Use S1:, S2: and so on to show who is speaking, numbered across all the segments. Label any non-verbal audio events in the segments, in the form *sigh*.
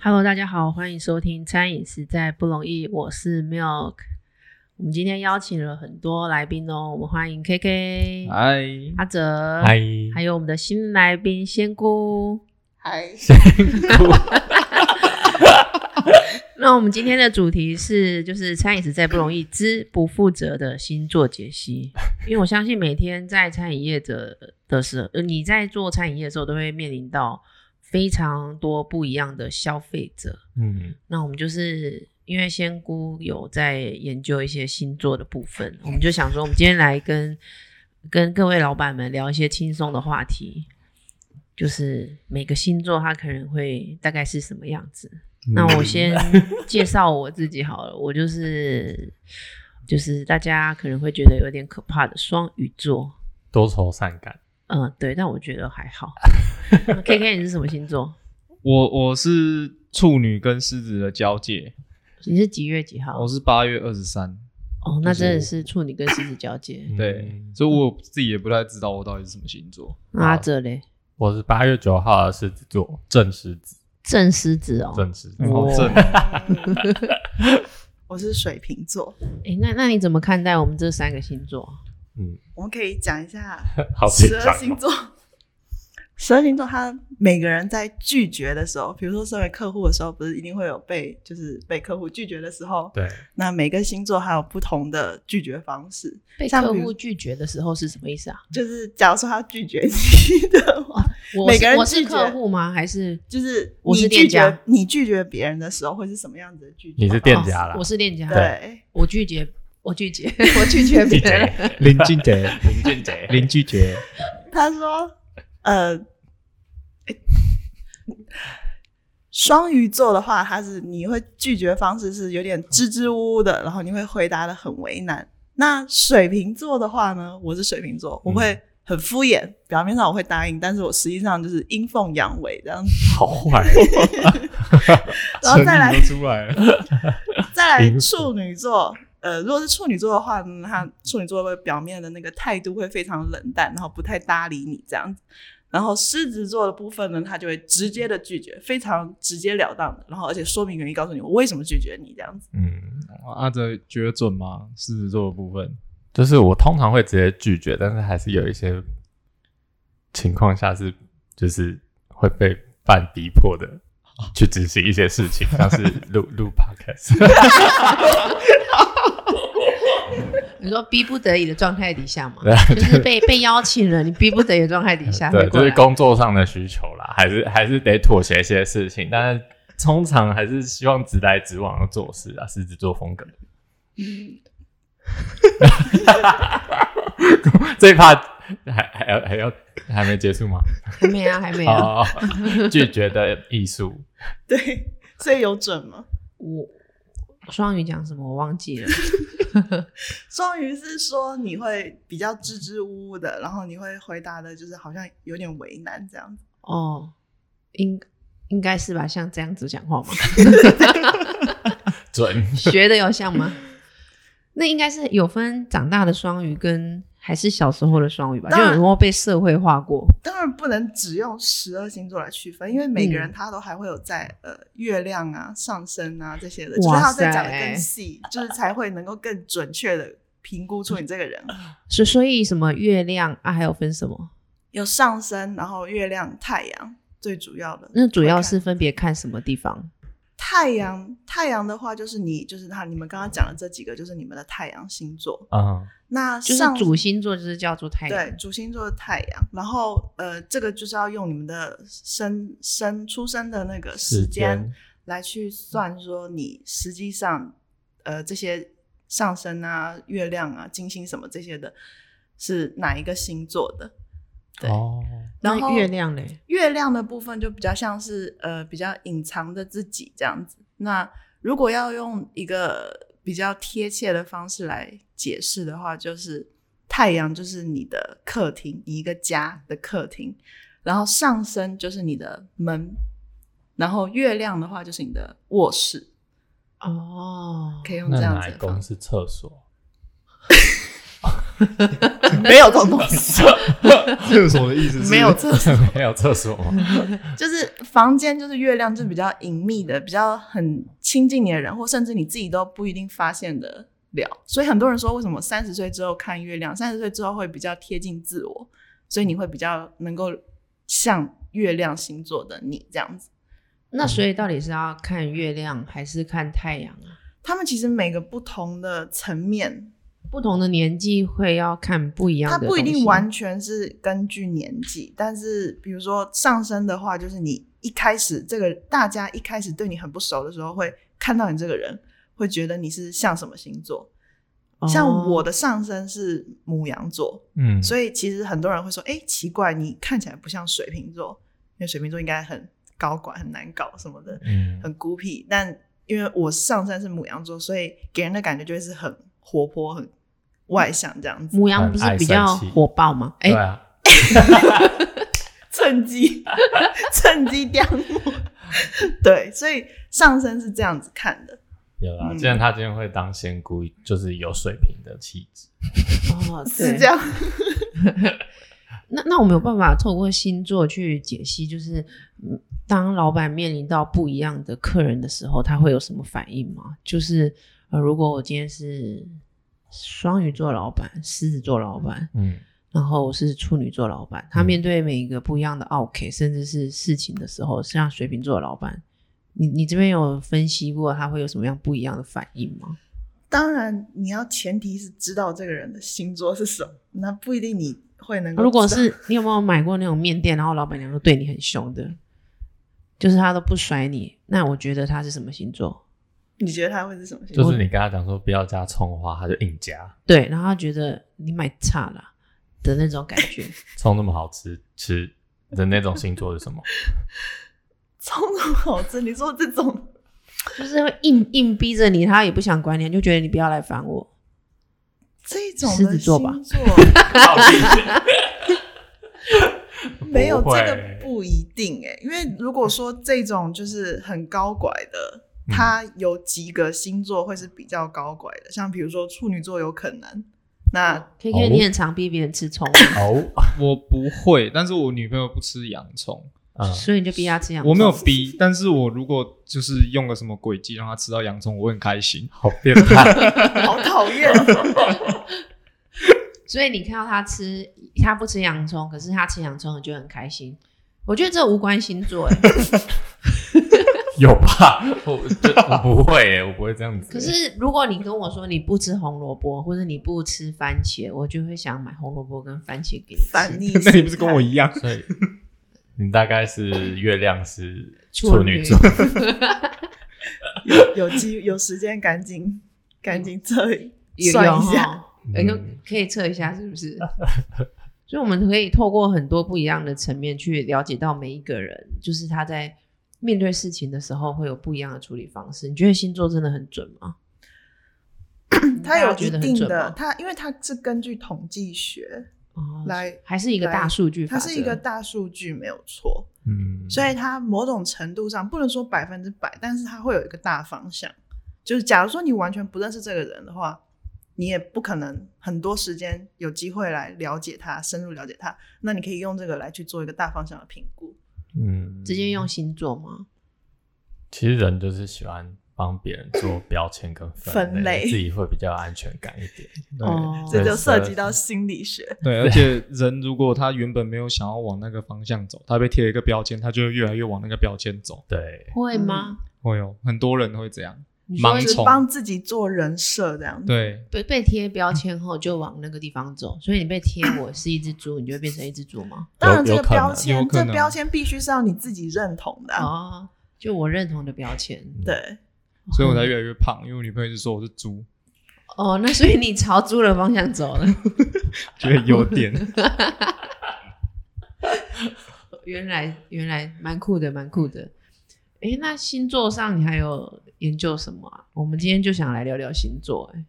S1: Hello，大家好，欢迎收听《餐饮实在不容易》，我是 Milk。我们今天邀请了很多来宾哦，我们欢迎 KK、
S2: 嗨，
S1: 阿哲，
S3: 嗨，
S1: 还有我们的新来宾仙姑。
S4: 嗨，
S3: *laughs*
S1: 那我们今天的主题是，就是餐饮实在不容易之不负责的星座解析。因为我相信每天在餐饮业者的时候，呃你在做餐饮业的时候，都会面临到非常多不一样的消费者。
S3: 嗯，
S1: 那我们就是因为仙姑有在研究一些星座的部分，我们就想说，我们今天来跟跟各位老板们聊一些轻松的话题，就是每个星座它可能会大概是什么样子。那
S3: 嗯
S1: 我
S2: *laughs*
S1: 先介绍我自己好了，我就是就是大家可能会觉得有点可怕的双鱼座，
S3: 多愁善感，
S1: 嗯，对，但我觉得还好。K K，你是什么星座？
S2: 我我是处女跟狮子的交界，
S1: 你是几月几号
S2: 我？是八月二十三，
S1: 哦，那真的
S3: 就是
S1: 处女跟狮子交界。
S3: 嗯
S2: 对，所以我自己也不太知道我到底是什么星座。 *laughs*
S1: 那阿哲嘞？
S3: 我是八月九号的狮子座，正狮子，
S1: 正狮子哦。
S3: 正狮子，
S4: 嗯
S2: 好
S1: 哦
S2: 正哦，
S4: 我是水瓶座，
S1: *laughs* 诶那那你怎么看待我们这三个星座？
S3: 嗯，
S4: 我们可以讲一下
S3: *laughs* 好紧
S4: 十
S3: 张
S4: 二
S3: 哦
S4: 星座。十二星座，他每个人在拒绝的时候，比如说身为客户的时候，不是一定会有被就是被客户拒绝的时候。
S3: 对，
S4: 那每个星座还有不同的拒绝方式，
S1: 被
S4: 像
S1: 客
S4: 比如
S1: 户拒绝的时候是什么意思啊？
S4: 就是假如说他拒绝你的话，
S1: 我
S4: 每
S1: 是
S4: 个人
S1: 我是
S4: 拒绝
S1: 客户吗？还是
S4: 就是
S1: 我是
S4: 你
S1: 店
S4: 拒
S1: 家
S4: 绝你拒绝别人的时候会是什么样子的拒绝？
S3: 你是店家啦
S1: 哦我是店家，
S4: 对，
S1: 我拒绝，我拒绝，我拒绝别
S3: 拒绝
S1: 人。
S4: *laughs*
S2: 林俊杰，
S3: *laughs* 林俊杰，
S2: 林俊杰，
S4: 他说，呃， *laughs* 双鱼座的话，他是你会拒绝方式是有点支支吾吾的，然后你会回答的很为难。那水瓶座的话呢，我是水瓶座，我会很敷衍，表面上我会答应，但是我实际上就是阴奉阳违这样子。
S3: 好坏哦，
S4: *laughs* 然后再
S3: *laughs*
S4: 来
S2: 成语都出来了，
S4: 再来
S3: 阴
S4: 处女座，呃，如果是处女座的话呢，他处女座会表面的那个态度会非常冷淡，然后不太搭理你这样子。然后狮子座的部分呢，他就会直接的拒绝，非常直截了当的，然后而且说明原因，告诉你我为什么拒绝你这样子。
S3: 嗯，
S2: 阿哲哦啊觉得准吗？狮子座的部分，
S3: 就是我通常会直接拒绝，但是还是有一些情况下是就是会被半逼迫的去执行一些事情，像是录录 podcast，
S1: 你说逼不得已的状态底下嘛，
S3: 对
S1: 就是被被邀请了，你逼不得已的状态底下啊才
S3: 对，
S1: 过
S3: 就是
S1: 来。
S3: 工作上的需求啦，还是还是得妥协一些事情，但是通常还是希望直来直往的做事啊，狮子座
S4: *laughs*
S3: 风格。这一趴还还要还要还没结束吗？
S1: 还没啊，还没啊。
S3: 哦，拒绝的艺术，
S4: 对，所以有准吗？
S1: 我双鱼讲什么我忘记了。
S4: 双鱼是说你会比较支支吾吾的，然后你会回答的就是好像有点为难这样子。
S1: 哦，应应该是吧？像这样子讲话吗？
S3: 准
S4: *laughs*
S1: 学的有像吗？那应该是有分长大的双鱼跟还是小时候的双鱼吧，就
S4: 当然
S1: 有没有被社会化过？
S4: 当然不能只用十二星座来区分，因为每个人
S1: 嗯
S4: 他都还会有在、呃月亮啊、上升啊这些的，
S1: 哇
S4: 就是他再讲的
S1: 塞
S4: 更细，就是才会能够更准确的评估出你这
S1: *laughs*
S4: 个人。
S1: 所所以什么月亮啊，还有分什么？
S4: 有上升，然后月亮、太阳最主要的。
S1: 那主要是
S4: 会看
S1: 分别看什么地方？
S4: 太阳，太阳的话就是你，就是他，你们刚刚讲的这几个就是你们的太阳星座。
S3: 啊，
S4: 那
S1: 就是
S4: 上
S1: 主星座就是叫做太
S4: 对
S1: 阳，
S4: 主星座的太阳，然后呃，这个就是要用你们的生生出生的那个时间。来去算说你实际上，呃，这些上升啊、月亮啊、金星什么这些的，是哪一个星座的？对
S3: 哦，
S4: 然
S1: 那
S4: 后
S1: 月亮嘞？
S4: 月亮的部分就比较像是呃比较隐藏的自己这样子。那如果要用一个比较贴切的方式来解释的话，就是太阳就是你的客厅，你一个家的客厅，然后上升就是你的门，然后月亮的话就是你的卧室。
S1: 哦，
S4: 可以用这
S3: 那
S4: 样
S3: 哪
S4: 子
S3: 一
S4: 的
S3: 宫
S4: 方式。
S3: 是厕所？
S4: *laughs* 没有这种东西，
S2: 厕所的意思是
S4: 没有厕所，
S3: *laughs* 没有厕所吗？
S4: 就是房间就是月亮，就是比较隐秘的，比较很亲近你的人，或甚至你自己都不一定发现的了。所以很多人说，为什么三十岁之后看月亮，三十岁之后会比较贴近自我，所以你会比较能够像月亮星座的你这样子。
S1: 那所以到底是要看月亮还是看太阳啊？
S4: 他们其实每个不同的层面，
S1: 不同的年纪会要看不一样
S4: 它
S1: 的东
S4: 不
S1: 西，
S4: 一定完全是根据年纪，但是比如说上升的话，就是你一开始这个大家一开始对你很不熟的时候，会看到你这个人，会觉得你是像什么星座。
S1: 哦
S4: 像我的上升是母羊座，
S3: 嗯，
S4: 所以其实很多人会说：“哎、奇怪，你看起来不像水瓶座，因为水瓶座应该很高管、很难搞什么的，
S3: 嗯
S4: 很孤僻。”但因为我上升是母羊座，所以给人的感觉就会是很活泼、很外向这样子。
S1: 母羊不是比较火爆吗？哎、
S3: 对啊，
S4: 趁机 *laughs* 趁机掉
S1: *laughs*
S4: 我。对，所以上升是这样子看的。
S3: 有啊。
S4: 嗯
S3: 既然他今天会当仙姑，就是有水平的气质。
S1: 哦，对
S4: 是这。样，
S1: 那那我们有办法透过星座去解析，就是嗯当老板面临到不一样的客人的时候，他会有什么反应吗？就是呃，如果我今天是双鱼座老板、狮子座老板，
S3: 嗯，
S1: 然后是处女座老板，他
S3: 嗯
S1: 面对每一个不一样的 OK，、甚至是事情的时候，像水瓶座老板，你你这边有分析过他会有什么样不一样的反应吗？
S4: 当然你要前提是知道这个人的星座是什么，那不一定你会能够知道。
S1: 如果是你有没有买过那种面店，然后老板娘都对你很凶的，就是她都不甩你，那我觉得她是什么星座？
S4: 你觉得他会是什么星座？
S3: 就是你跟他讲说不要加葱花，他就硬加，
S1: 对，然后她觉得你买差了的那种感
S2: *laughs*
S1: 觉，
S3: 葱那么好吃，吃的那种星座是什么？ *laughs*
S4: 超那么好吃，你说这种
S1: 就是会硬硬逼着你，她也不想管你，就觉得你不要来烦我。
S2: 哦
S4: 这种
S1: 狮
S4: 的
S1: 子
S4: 星座
S1: 座吧
S4: 没有
S3: 不
S4: 这
S3: 会
S4: 个不一定哎、因为如果说这种就是很高拐的，它有几个星座会是比较高拐的，像比如说处女座有肯南，那
S1: K
S3: 哦
S1: K，你很常逼别人吃葱，
S3: 哦，
S2: 我不会，但是我女朋友不吃洋葱，
S3: 嗯，
S1: *laughs* 所以你就逼她吃洋葱。
S2: 我没有逼，但是我如果就是用个什么诡计让她吃到洋葱，我会很开心。，
S3: 好变态，
S1: *laughs*
S4: 好讨厌。
S1: 所以你看到他吃，他不吃洋葱，可是他吃洋葱，你就很开心。我觉得这无关星座、欸，
S3: 有吧？我就我不会耶，我不会这样子。
S1: 可是如果你跟我说你不吃红萝卜，或者你不吃番茄，我就会想买红萝卜跟番茄给你吃。
S4: 反逆
S2: *laughs* 那你不是跟我一样？
S3: 所以你大概是月亮是
S1: 处
S3: 处
S1: 女
S3: 女座，
S4: 有有机有时间赶紧赶紧测一
S1: 有
S4: 算
S1: 有
S4: 一下，
S1: 哈，哎呦
S3: 嗯
S1: 可以测一下是不是？所以我们可以透过很多不一样的层面去了解到每一个人，就是他在面对事情的时候会有不一样的处理方式。你觉得星座真的很准吗？
S4: 它有
S1: 嗯大家觉
S4: 一
S1: 得很
S4: 定
S1: 准
S4: 的
S1: 吗，
S4: 它因为它是根据统计学，
S1: 哦
S4: 来
S1: 还是一个
S4: 来
S1: 大数据法
S4: 它
S1: 则，
S4: 是一个大数据没有错，
S3: 嗯，
S4: 所以它某种程度上不能说百分之百，但是它会有一个大方向。就是假如说你完全不认识这个人的话，你也不可能很多时间有机会来了解他，深入了解他。那你可以用这个来去做一个大方向的评估。
S3: 嗯，
S1: 直接用星座吗？
S3: 其实人就是喜欢帮别人做标签跟
S4: 分类
S3: 自己会比较有安全感一
S1: *laughs*
S3: 点。
S2: 对
S1: 哦
S4: 这
S3: 对
S4: 就涉及到心理学，
S2: 对，而且人如果他原本没有想要往那个方向走，他被贴了一个标签，他就会越来越往那个标签走。
S3: 对，
S1: 会吗？
S2: 会有很多人会这样，
S1: 你说
S2: 盲
S4: 就是
S2: 从
S4: 帮自己做人设这
S1: 嗯
S4: 样子。
S2: 对，
S1: 被被贴标签后就往那个地方走，所以你被贴我是一只猪，你就会变成一只猪吗？
S4: 当然，这
S3: 有
S4: 个
S3: 有可能
S4: 标签
S2: 有，可
S4: 这
S2: 能
S4: 个标签必须是要你自己认同的啊、
S1: 哦，就我认同的标签。
S4: 对，
S2: 所以我才越来越胖，因为我女朋友就说我是猪，
S1: 哦，那所以你朝猪的方向走了， *laughs*
S2: 觉得有点。
S1: 原来原来蛮酷的，蛮酷的。诶，那星座上你还有研究什么啊？我们今天就想来聊聊星座、欸诶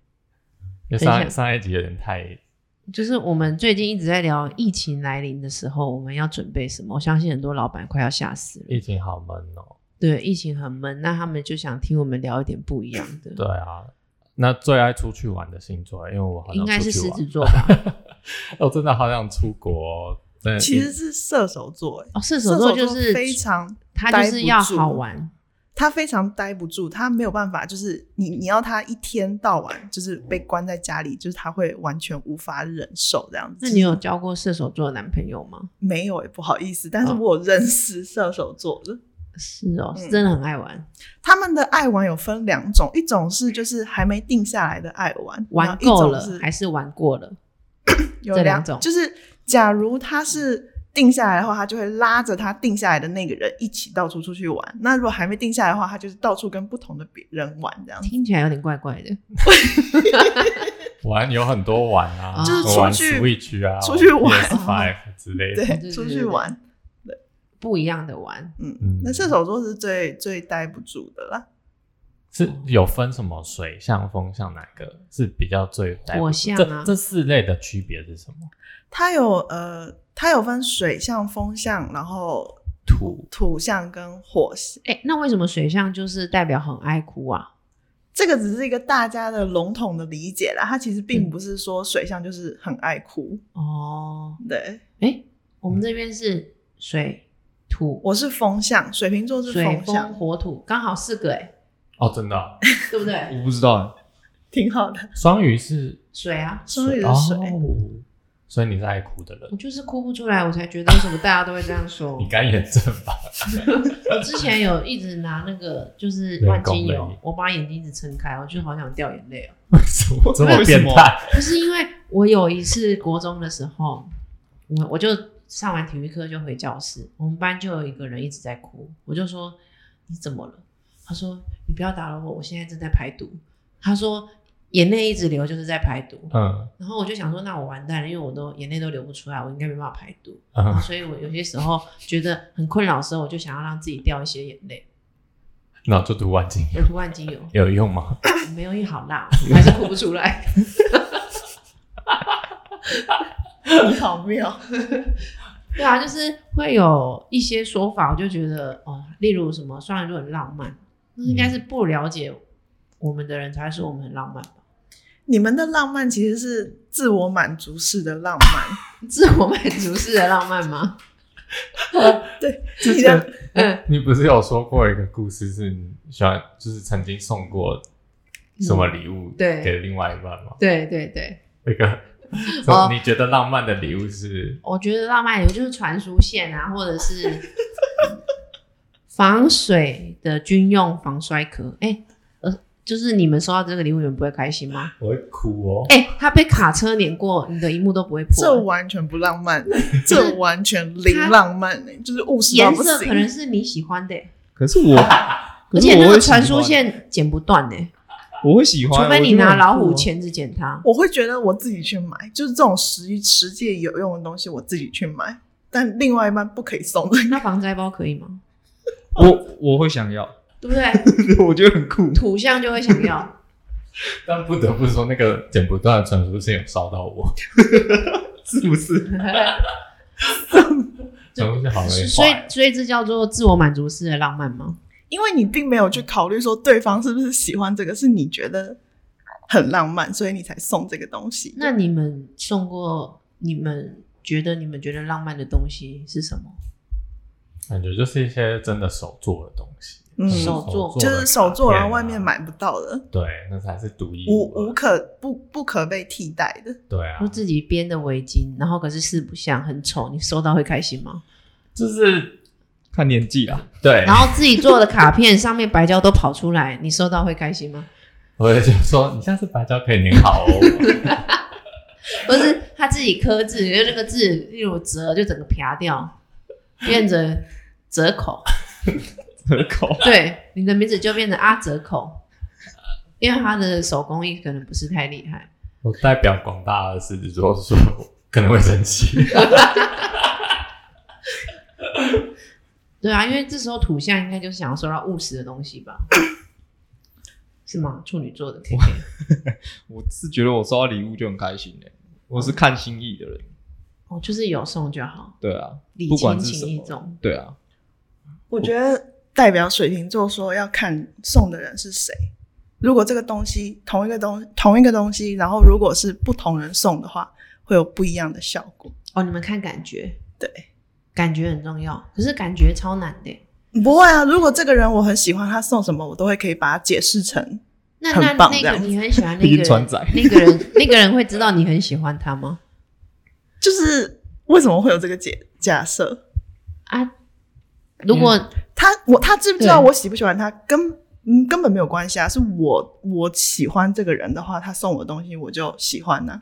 S3: 因为
S1: 等一
S3: 上
S1: 下
S3: 上一集有点太
S1: 就是我们最近一直在聊疫情来临的时候，我们要准备什么？我相信很多老板快要吓死了。
S3: 疫情好闷哦。
S1: 对，疫情很闷，那他们就想听我们聊一点不一样的。
S3: 对啊，那最爱出去玩的星座，因为我好像
S1: 应该是
S3: 啊出去
S1: 狮
S3: 玩
S1: 子座吧？
S3: *laughs* 我真的好想出国、哦，真的
S4: 其实是射手座、欸，
S1: 哦，射
S4: 射
S1: 手座就是
S4: 非常，
S1: 他就是要好玩，
S4: 他非常待不住，他没有办法，就是你你要他一天到晚就是被关在家里，就是他会完全无法忍受这样子。
S1: 那你有交过射手座的男朋友吗？
S4: 没有、欸？不好意思，但是
S1: 哦
S4: 我有认识射手座的，
S1: 是哦，
S4: 嗯
S1: 是真的很爱玩，
S4: 他们的爱玩有分两种，一种是就是还没定下来的爱玩，然
S1: 玩
S4: 后一
S1: 够
S4: 种
S1: 了
S4: 是
S1: 还是玩过了？
S4: 有
S1: 这
S4: 两
S1: 两种
S4: 就是假如他是定下来的话，他就会拉着他定下来的那个人一起到处出去玩。那如果还没定下来的话，他就是到处跟不同的别人玩这样子。
S1: 听起来有点怪怪的。
S3: 玩有很多玩啊，
S1: 就是
S3: 我玩
S4: 出去
S3: Switch 啊，
S4: 出去玩
S3: Five 之类的。
S1: 对
S4: *laughs* 对，出去玩，
S1: 不一样的玩，
S4: 嗯，
S3: 嗯
S4: 那射手座是最最待不住的啦。
S3: 是有分什么水象、风象哪个是比较最带不
S1: 火
S3: 住
S1: 象
S3: 这
S1: 啊
S3: 这四类的区别是什么？
S4: 他有呃，他有分水象、风象，然后
S3: 土
S4: 土象跟火象。
S1: 哎、那为什么水象就是代表很爱哭啊？
S4: 这个只是一个大家的笼统的理解啦，他其实并不是说水象就是很爱哭。
S1: 哦，
S4: 对，
S1: 哎、我们这边是水土，
S4: 我是风象，水瓶座是
S1: 水
S4: 风
S1: 风
S4: 象，
S1: 火土，刚好四个哎、
S3: 哦，真的啊、
S1: 对不对？
S2: 我不知道哎、
S4: 挺好的。
S3: 双鱼是
S1: 水啊，
S4: 双鱼的水
S3: 哦所以你是爱哭的
S1: 我
S3: 人，
S1: 就是哭不出来，我才觉得为什么大家都会这样说
S3: 你。干眼症吧？
S1: 我之前有一直拿那个就是万金油，我把眼睛一直撑开，我就好想掉眼泪哦。
S3: 为什么这么
S2: 为什
S3: 变
S2: 么
S3: 态？
S1: 不是因为我有一次国中的时候，我我就上完体育课就回教室，我们班就有一个人一直在哭，我就说你怎么了？他说你不要打扰我，我现在正在排毒。他说眼泪一直流就是在排毒，
S3: 嗯
S1: 然后我就想说那我完蛋了，因为我都眼泪都流不出来，我应该没办法排毒，然后
S3: 嗯，
S1: 所以我有些时候觉得很困扰的时候，我就想要让自己掉一些眼泪，
S3: 那我就读完经
S1: 我涂万金油。
S3: 有用吗？ *laughs*
S1: 没有一好辣，我还是哭不出来。
S4: 你好妙。
S1: *laughs* *laughs* 对啊，就是会有一些说法，我就觉得哦，例如什么双鱼座很浪漫，那应该是不了解我们的人才会说我们很浪漫吧？ *laughs*
S4: 你们的浪漫其实是自我满足式的浪漫，
S1: 自我满足式的浪漫吗？
S4: 对，
S3: 之
S4: 你
S3: 前
S4: 的
S1: 嗯
S3: 你不是有说过一个故事，是你喜欢，就是曾经送过什么礼物
S1: 对哦
S3: 给另外一半吗？
S1: 对对对，
S3: 那个，什么你觉得浪漫的礼物是
S1: 我觉得浪漫也就是传输线啊，或者是 *laughs* 防水的军用防摔壳。哎、呃，就是你们收到这个礼物，你们不会开心吗？
S3: 我会哭哦。
S1: 哎、它被卡车碾过，你的荧幕都不会破。
S4: 这完全不浪漫， *laughs* 这完全零浪漫、就是务实到
S1: 颜
S4: 不
S1: 色可能
S4: 行。
S1: 是你喜欢的欸、
S2: 可是我，
S1: 而
S2: 可是
S1: 且
S2: 我
S1: 那
S2: 会
S1: 个
S2: 喜
S1: 传输
S2: 欢，
S1: 线剪不断呢、欸
S2: 我会喜欢，
S1: 除非
S2: 我
S1: 你
S2: 觉得
S1: 拿
S2: 很
S1: 老
S2: 酷
S1: 虎
S2: 啊，
S1: 钳子剪
S2: *laughs*
S1: 它。
S4: 我会觉得我自己去买，就是这种实实际有用的东西，我自己去买。但另外一半不可以送的， *laughs*
S1: 那防灾包可以吗？
S2: 我我会想要，
S1: 对不对？
S2: 我觉得很酷。
S1: 土象就会想要，
S3: 但不得不说，那个剪不断的传输线有烧到我，是不是？ *laughs* 传输线好容易
S1: 所
S3: 坏
S1: 以。所以这叫做自我满足式的浪漫吗？
S4: 因为你并没有去考虑说对方是不是喜欢这个，是你觉得很浪漫，所以你才送这个东西。
S1: 那你们送过你们觉得你们觉得浪漫的东西是什么？
S3: 感觉就是一些真的手做的东西，
S4: 嗯
S1: 手作
S4: 就是手做，
S1: 啊
S4: 然后外面
S3: 买。
S4: 买不到的，
S3: 对，那才是独一
S4: 无
S3: 二
S4: 无可不不可被替代的。
S3: 对啊
S1: 就，自己编的围巾，然后可是四不像，很丑，你收到会开心
S2: 哎
S1: 吗？
S3: 就是
S2: 看年纪啊，
S3: 对
S1: 然，后自己做的卡片上面白胶都跑出来，你收到会开心吗？
S3: 我就说你下次白胶可以粘好哦。
S1: *laughs* 不是他自己刻字，因为这个字，例如折就整个啪掉，变成折
S2: *laughs*
S1: 口。
S2: 折扣。
S1: 对，你的名字就变成阿折口，因为他的手工艺可能不是太厉害。
S3: 我代表广大的狮子座说，可能会生气。
S1: 对啊，因为这时候土象应该就是想要收到务实的东西吧？是吗？处女座的 K K，
S2: 我是觉得我收到礼物就很开心的、欸我是看心意的人。
S1: 哦，就是有送就好，
S2: 对啊，
S1: 礼
S2: 不管
S1: 轻
S2: 是什
S1: 情意
S2: 么，
S1: 重。
S2: 对啊，
S4: 我觉得代表水瓶座说要看送的人是谁，如果这个东西同一个东同一个东西，然后如果是不同人送的话，会有不一样的效果。
S1: 哦，你们看感觉，
S4: 对，
S1: 感觉很重要，可是感觉超难的。
S4: 不会啊，如果这个人我很喜欢，他送什么我都会可以把它解释成
S1: 那
S4: 很
S1: 那
S4: 棒
S1: 那
S4: 这
S1: 个
S4: 样子
S1: 你很喜欢那
S2: 晕
S1: 个
S2: 船
S1: 人
S2: 仔，
S1: 那个人那个人会知道你很喜欢他吗？
S4: 就是为什么会有这个解假设？
S1: 啊，如果
S4: 他我他知不知道
S1: 对
S4: 我喜不喜欢他，根嗯根本没有关系啊。是我我喜欢这个人的话，他送我东西我就喜欢啊呢、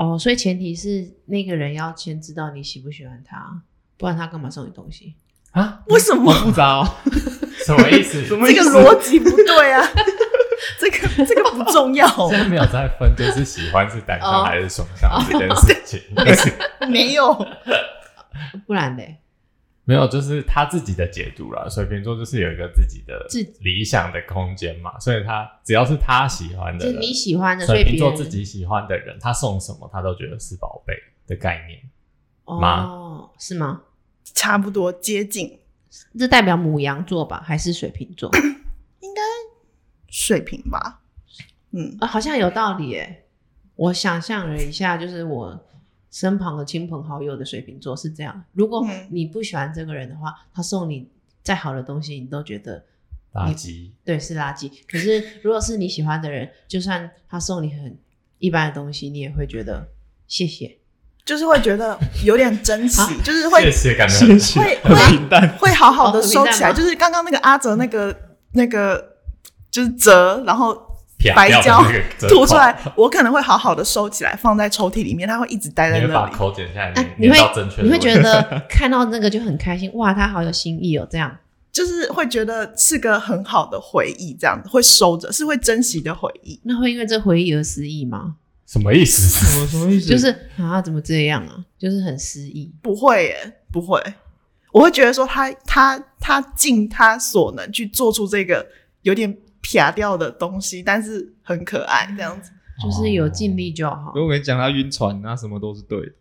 S1: 哦哦，所以前提是那个人要先知道你喜不喜欢他，不然他干嘛送你东西？
S3: 啊？
S4: 为什么
S2: 好复杂哦，
S3: *laughs* 什么意思？
S2: 什么
S4: *laughs* 这
S2: 意
S4: 个
S2: 思？
S4: 逻辑不对啊， *laughs* 这个这个不重要哦、
S3: 真的没有在分，就是喜欢是单
S1: 哦
S3: 向还是双向这件事情，
S4: 哦
S3: *laughs*
S4: 没有。
S1: 不然嘞，
S3: 没有，就是他自己的解读啦。水瓶座就是有一个自己的
S1: 自
S3: 理想的空间嘛，所以他只要是他喜欢的
S1: 就
S3: 人，
S1: 是你喜欢的，所
S3: 水
S1: 以
S3: 瓶
S1: 别
S3: 座
S1: 人
S3: 自己喜欢的人，他送什么他都觉得是宝贝的概念。
S1: 哦
S3: 吗，
S1: 是吗？
S4: 差不多接近
S1: 这代表母羊座吧，还是水瓶座？
S4: 水平吧。嗯，
S1: 啊，好像有道理诶。我想象了一下，就是我身旁的亲朋好友的水瓶座是这样。如果
S4: 嗯
S1: 你不喜欢这个人的话，他送你再好的东西，你都觉得
S3: 垃圾，
S1: 对是垃圾。可是如果是你喜欢的人，就算他送你很一般的东西，你也会觉得谢谢。
S4: 就是会觉得有点珍惜，就是
S3: 啊谢
S4: 会
S3: 谢，感觉
S1: *laughs*
S2: 谢谢，
S4: 会
S2: 很平淡。
S4: 会好好的
S1: 哦很
S4: 收起
S1: 平淡
S4: 来。
S1: 吗
S4: 就是刚刚那个阿哲那个那个就是折，然后
S3: 撇
S4: 白
S3: 掉的
S4: 胶
S3: 那
S4: *laughs*
S3: 个折
S4: 吐出
S3: 扣
S4: 来，我可能会好好的收起来，放在抽屉里面，它会一直待在
S3: 你会
S4: 那
S3: 把
S4: 里。
S3: 口剪下来，
S1: 哎、
S3: 粘
S1: 你
S3: 粘
S1: 会
S3: 到正确的
S1: 你会
S3: 位置
S1: 觉
S3: *laughs*
S1: 得看到那个就很开心，哇，他好有心意哦，这样。
S4: 就是会觉得是个很好的回忆，这样子会收着，是会珍惜的回忆。
S1: 那会因为这回忆而失忆吗？
S3: 什么意思？
S2: 什么什么意思？
S1: 就是啊，怎么这样啊？就是很失意。
S4: 不会耶，不会，我会觉得说他他他尽他所能去做出这个有点撇掉的东西，但是很可爱这样子。
S1: 就是有尽力就好。
S2: 我跟你讲，他晕船啊，什么都是对的。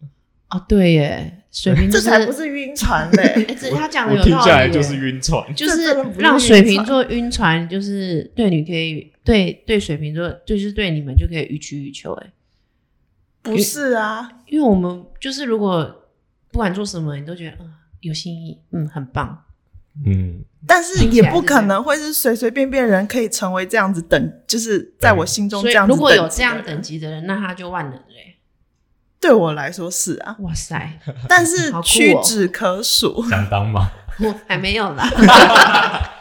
S1: 哦，对耶，水瓶
S4: 这
S1: 座
S4: 才不是晕船
S1: *laughs*
S4: 嘞、
S1: 哎，这他讲的
S2: 我
S1: 有道理欸
S2: 听
S1: 耶，
S2: 下来就是晕船。
S1: 就
S4: 这真的不
S1: 是
S4: 是
S1: 让
S4: 晕
S1: 水瓶
S4: 船
S1: 座晕船，就是对你可以对对水瓶座，就是对你们就可以予取予求，哎，
S4: 不是
S1: *laughs*
S4: 啊，
S1: 因为我们就是如果不管做什么，你都觉得嗯有新意，嗯很棒，
S3: 嗯，
S4: 但是也不可能会是随随便便人可以成为这样子等，就是在我心中
S1: 所
S4: 这
S1: 以
S4: 样子
S1: 如果有
S4: 级
S1: 这
S4: 的
S1: 样
S4: 人
S1: 等级的人，那他就万能嘞，
S4: 对我来说是啊，
S1: 哇
S4: *laughs*
S1: 塞，
S4: 但
S1: *laughs*
S4: 是
S1: 好酷哦
S4: 屈指可数。
S3: 相当嘛。
S1: 我还没有啦。 *laughs*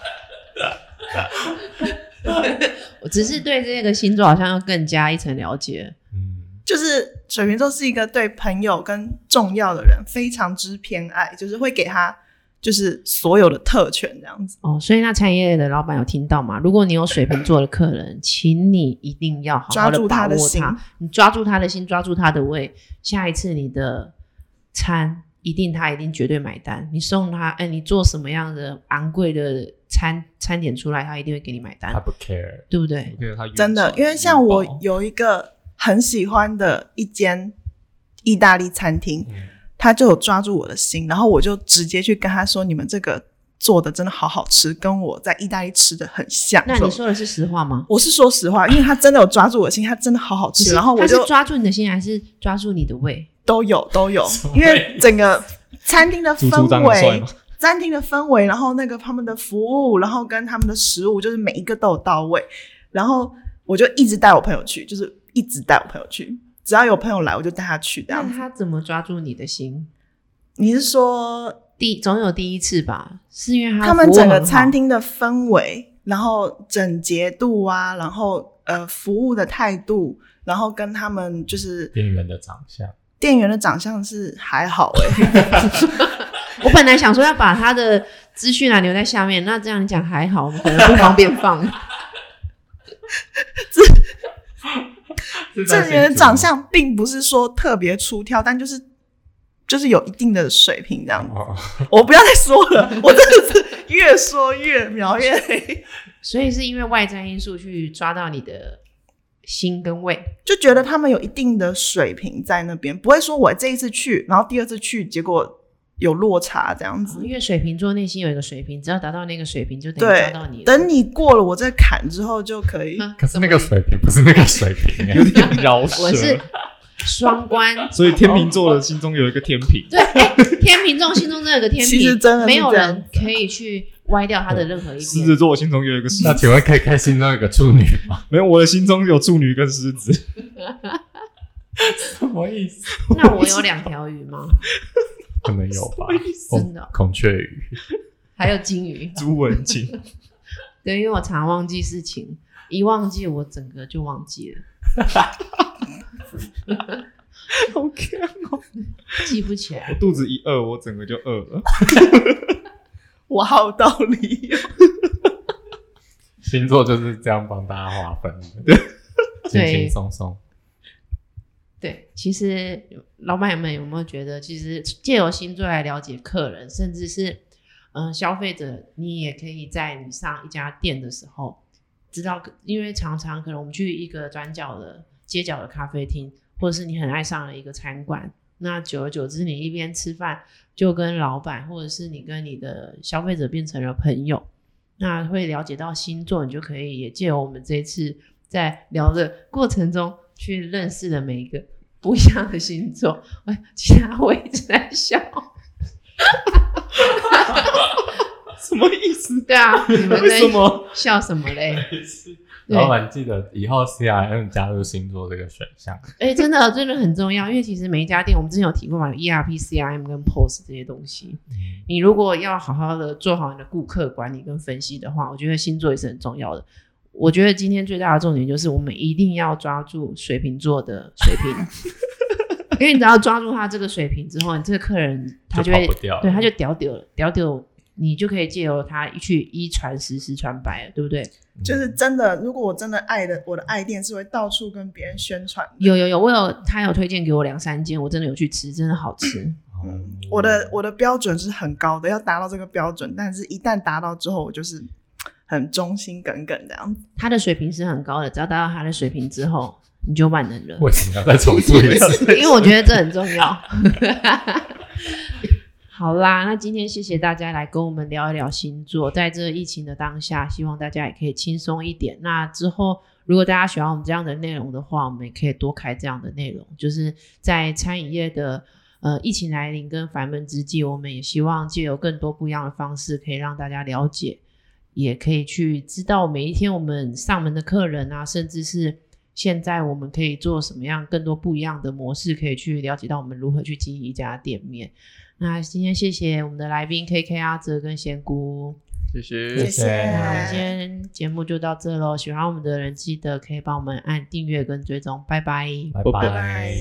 S1: 我只是对这个星座好像要更加一层了解，
S3: 嗯，
S4: 就是水瓶座是一个对朋友跟重要的人非常之偏爱，就是会给他就是所有的特权这样子。
S1: 哦，所以那餐饮业的老板有听到吗？如果你有水瓶座的客人，请你一定要好好
S4: 抓
S1: 的
S4: 住
S1: 把
S4: 他的
S1: 握
S4: 心
S1: 他，你抓住他的心，抓住他的胃，下一次你的餐一定他一定绝对买单。你送他，哎，你做什么样的昂贵的餐餐点出来，他一定会给你买
S3: 他
S1: 单，
S3: 不 care。
S1: 对不对
S2: 我？觉得他晕船
S4: 真的，因为像
S2: 晕
S4: 我
S2: 爆
S4: 有一个很喜欢的一间意大利餐厅，
S3: 嗯
S4: 他就有抓住我的心，然后我就直接去跟他说：“你们这个做的真的好好吃，跟我在意大利吃的很像。”
S1: 那你说的是实话吗？
S4: 我是说实话，因为他真的有抓住我的心，他真的好好吃，然后我
S1: *laughs* 他是
S4: 就
S1: 抓住你的心，还是抓住你的胃？
S4: 都有都有
S3: 什么，
S4: 因为整个餐厅的
S2: 猪猪
S4: 氛
S2: 长得帅
S4: 围
S2: 吗，
S4: 餐厅的氛围，然后那个他们的服务，然后跟他们的食物，就是每一个都有到位。然后我就一直带我朋友去，就是一直带我朋友去，只要有朋友来，我就带他去这样
S1: 那
S4: 子。
S1: 他怎么抓住你的心？
S4: 你是说
S1: 第总有第一次吧，是因为
S4: 他
S1: 服
S4: 们
S1: 务
S4: 整个
S1: 很好
S4: 餐厅的氛围，然后整洁度啊，然后呃服务的态度，然后跟他们就是
S3: 店员的长相，
S4: 店员的长相是还好哎、
S1: 我本来想说要把他的资讯栏留在下面，那这样讲还好，我们可能不方便
S4: *laughs*
S1: 放。
S4: 这个人的长相并不是说特别出挑，但就是就是有一定的水平这样子。
S3: 哦，
S4: 我不要再说了，
S1: *laughs*
S4: 我真的是越说越描越黑，
S1: 所以是因为外在因素去抓到你的心跟胃，
S4: 就觉得他们有一定的水平在那边，不会说我这一次去，然后第二次去，结果有落差这样子。
S1: 因为水瓶座内心有一个水平，只要达到那个水平，就等于
S4: 对
S1: 抓到哦你了。，
S4: 等你过了我这坎之后就可以。
S1: 啊
S3: 可是那个水平不是那个水平、
S2: 有
S3: 欸，
S2: 点 *laughs* 饶舌。，
S1: 我是双关
S2: 所以天秤座的心中有一个天平，
S1: 对，哎天秤座心中真的有个天平，
S4: 其实真的是
S1: 没有
S4: 这样啊
S1: 人可以去歪掉他的任何一
S2: 狮
S1: 边。
S2: 子座我心中有一个狮
S3: 那
S2: 子，
S3: 请问可以开心中有个处女吗？
S2: 没有我的心中有处女跟狮子，
S3: 什么意思？
S1: 那我有两条鱼吗？
S3: 可能有吧，
S1: 思真的哦
S3: 孔雀鱼。
S1: 还有金鱼。
S2: 朱文锦。
S1: 对，因为我常忘记事情，一忘记我整个就忘记了，
S4: *laughs*
S2: OK，
S4: 哦
S1: 记不起来。
S2: 我肚子一饿，我整个就饿了。
S4: 我 *laughs* 好有道理哦，
S3: 星座就是这样帮大家划分的，轻轻松松。
S1: 对，其实老板们有没有觉得，其实借由星座来了解客人，甚至是嗯、呃消费者，你也可以在你上一家店的时候，知道，因为常常可能我们去一个转角的街角的咖啡厅，或者是你很爱上了一个餐馆，那久而久之，你一边吃饭就跟老板，或者是你跟你的消费者变成了朋友，那会了解到星座，你就可以也借由我们这一次在聊的过程中去认识的每一个不一样的星座。 *laughs* 哎，其他我一直在笑， *laughs*
S2: 什么意思？
S1: 对啊，你们在
S2: 为什么？
S1: 笑什么嘞？对
S3: 老，板记得以后 CRM 加入星座这个选项，
S1: 哎，真的真的很重要，因为其实每一家店我们之前有提过嘛有，ERP、CRM E 跟 POS 这些东西，
S3: 嗯
S1: 你如果要好好的做好你的顾客管理跟分析的话，我觉得星座也是很重要的。我觉得今天最大的重点就是，我们一定要抓住水瓶座的水平，
S3: *laughs*
S1: 因为你只要抓住他这个水平之后，你这个客人他
S3: 就
S1: 就
S3: 跑
S1: 会
S3: 不掉了。
S1: 对，他就屌屌了屌屌，你就可以借由他一去一传十，十传百了，对不对？
S4: 就是真的。如果我真的爱的，我的爱店是会到处跟别人宣传的。
S1: 有有有，我有他有推荐给我两三间，我真的有去吃，真的好吃。
S3: 嗯
S4: 我的我的标准是很高的，要达到这个标准，但是一旦达到之后，我就是很忠心耿耿这样子。
S1: 他的水平是很高的，只要达到他的水平之后，你就万能了。 *laughs*
S3: 为什么要再重复一次？
S1: 因为我觉得这很重要。 *laughs* 好啦，那今天谢谢大家来跟我们聊一聊星座，在这疫情的当下，希望大家也可以轻松一点。那之后，如果大家喜欢我们这样的内容的话，我们也可以多开这样的内容，就是在餐饮业的。呃，疫情来临跟烦闷之际，我们也希望借由更多不一样的方式，可以让大家了解，也可以去知道每一天我们上门的客人啊，甚至是现在我们可以做什么样更多不一样的模式，可以去了解到我们如何去经营一家店面。那今天谢谢我们的来宾 K K 阿哲跟仙姑，
S2: 谢谢
S3: 谢
S4: 谢
S1: 那今天节目就到这喽。喜欢我们的人记得可以帮我们按订阅跟追踪，拜拜。
S3: 拜
S2: 拜
S4: 拜拜。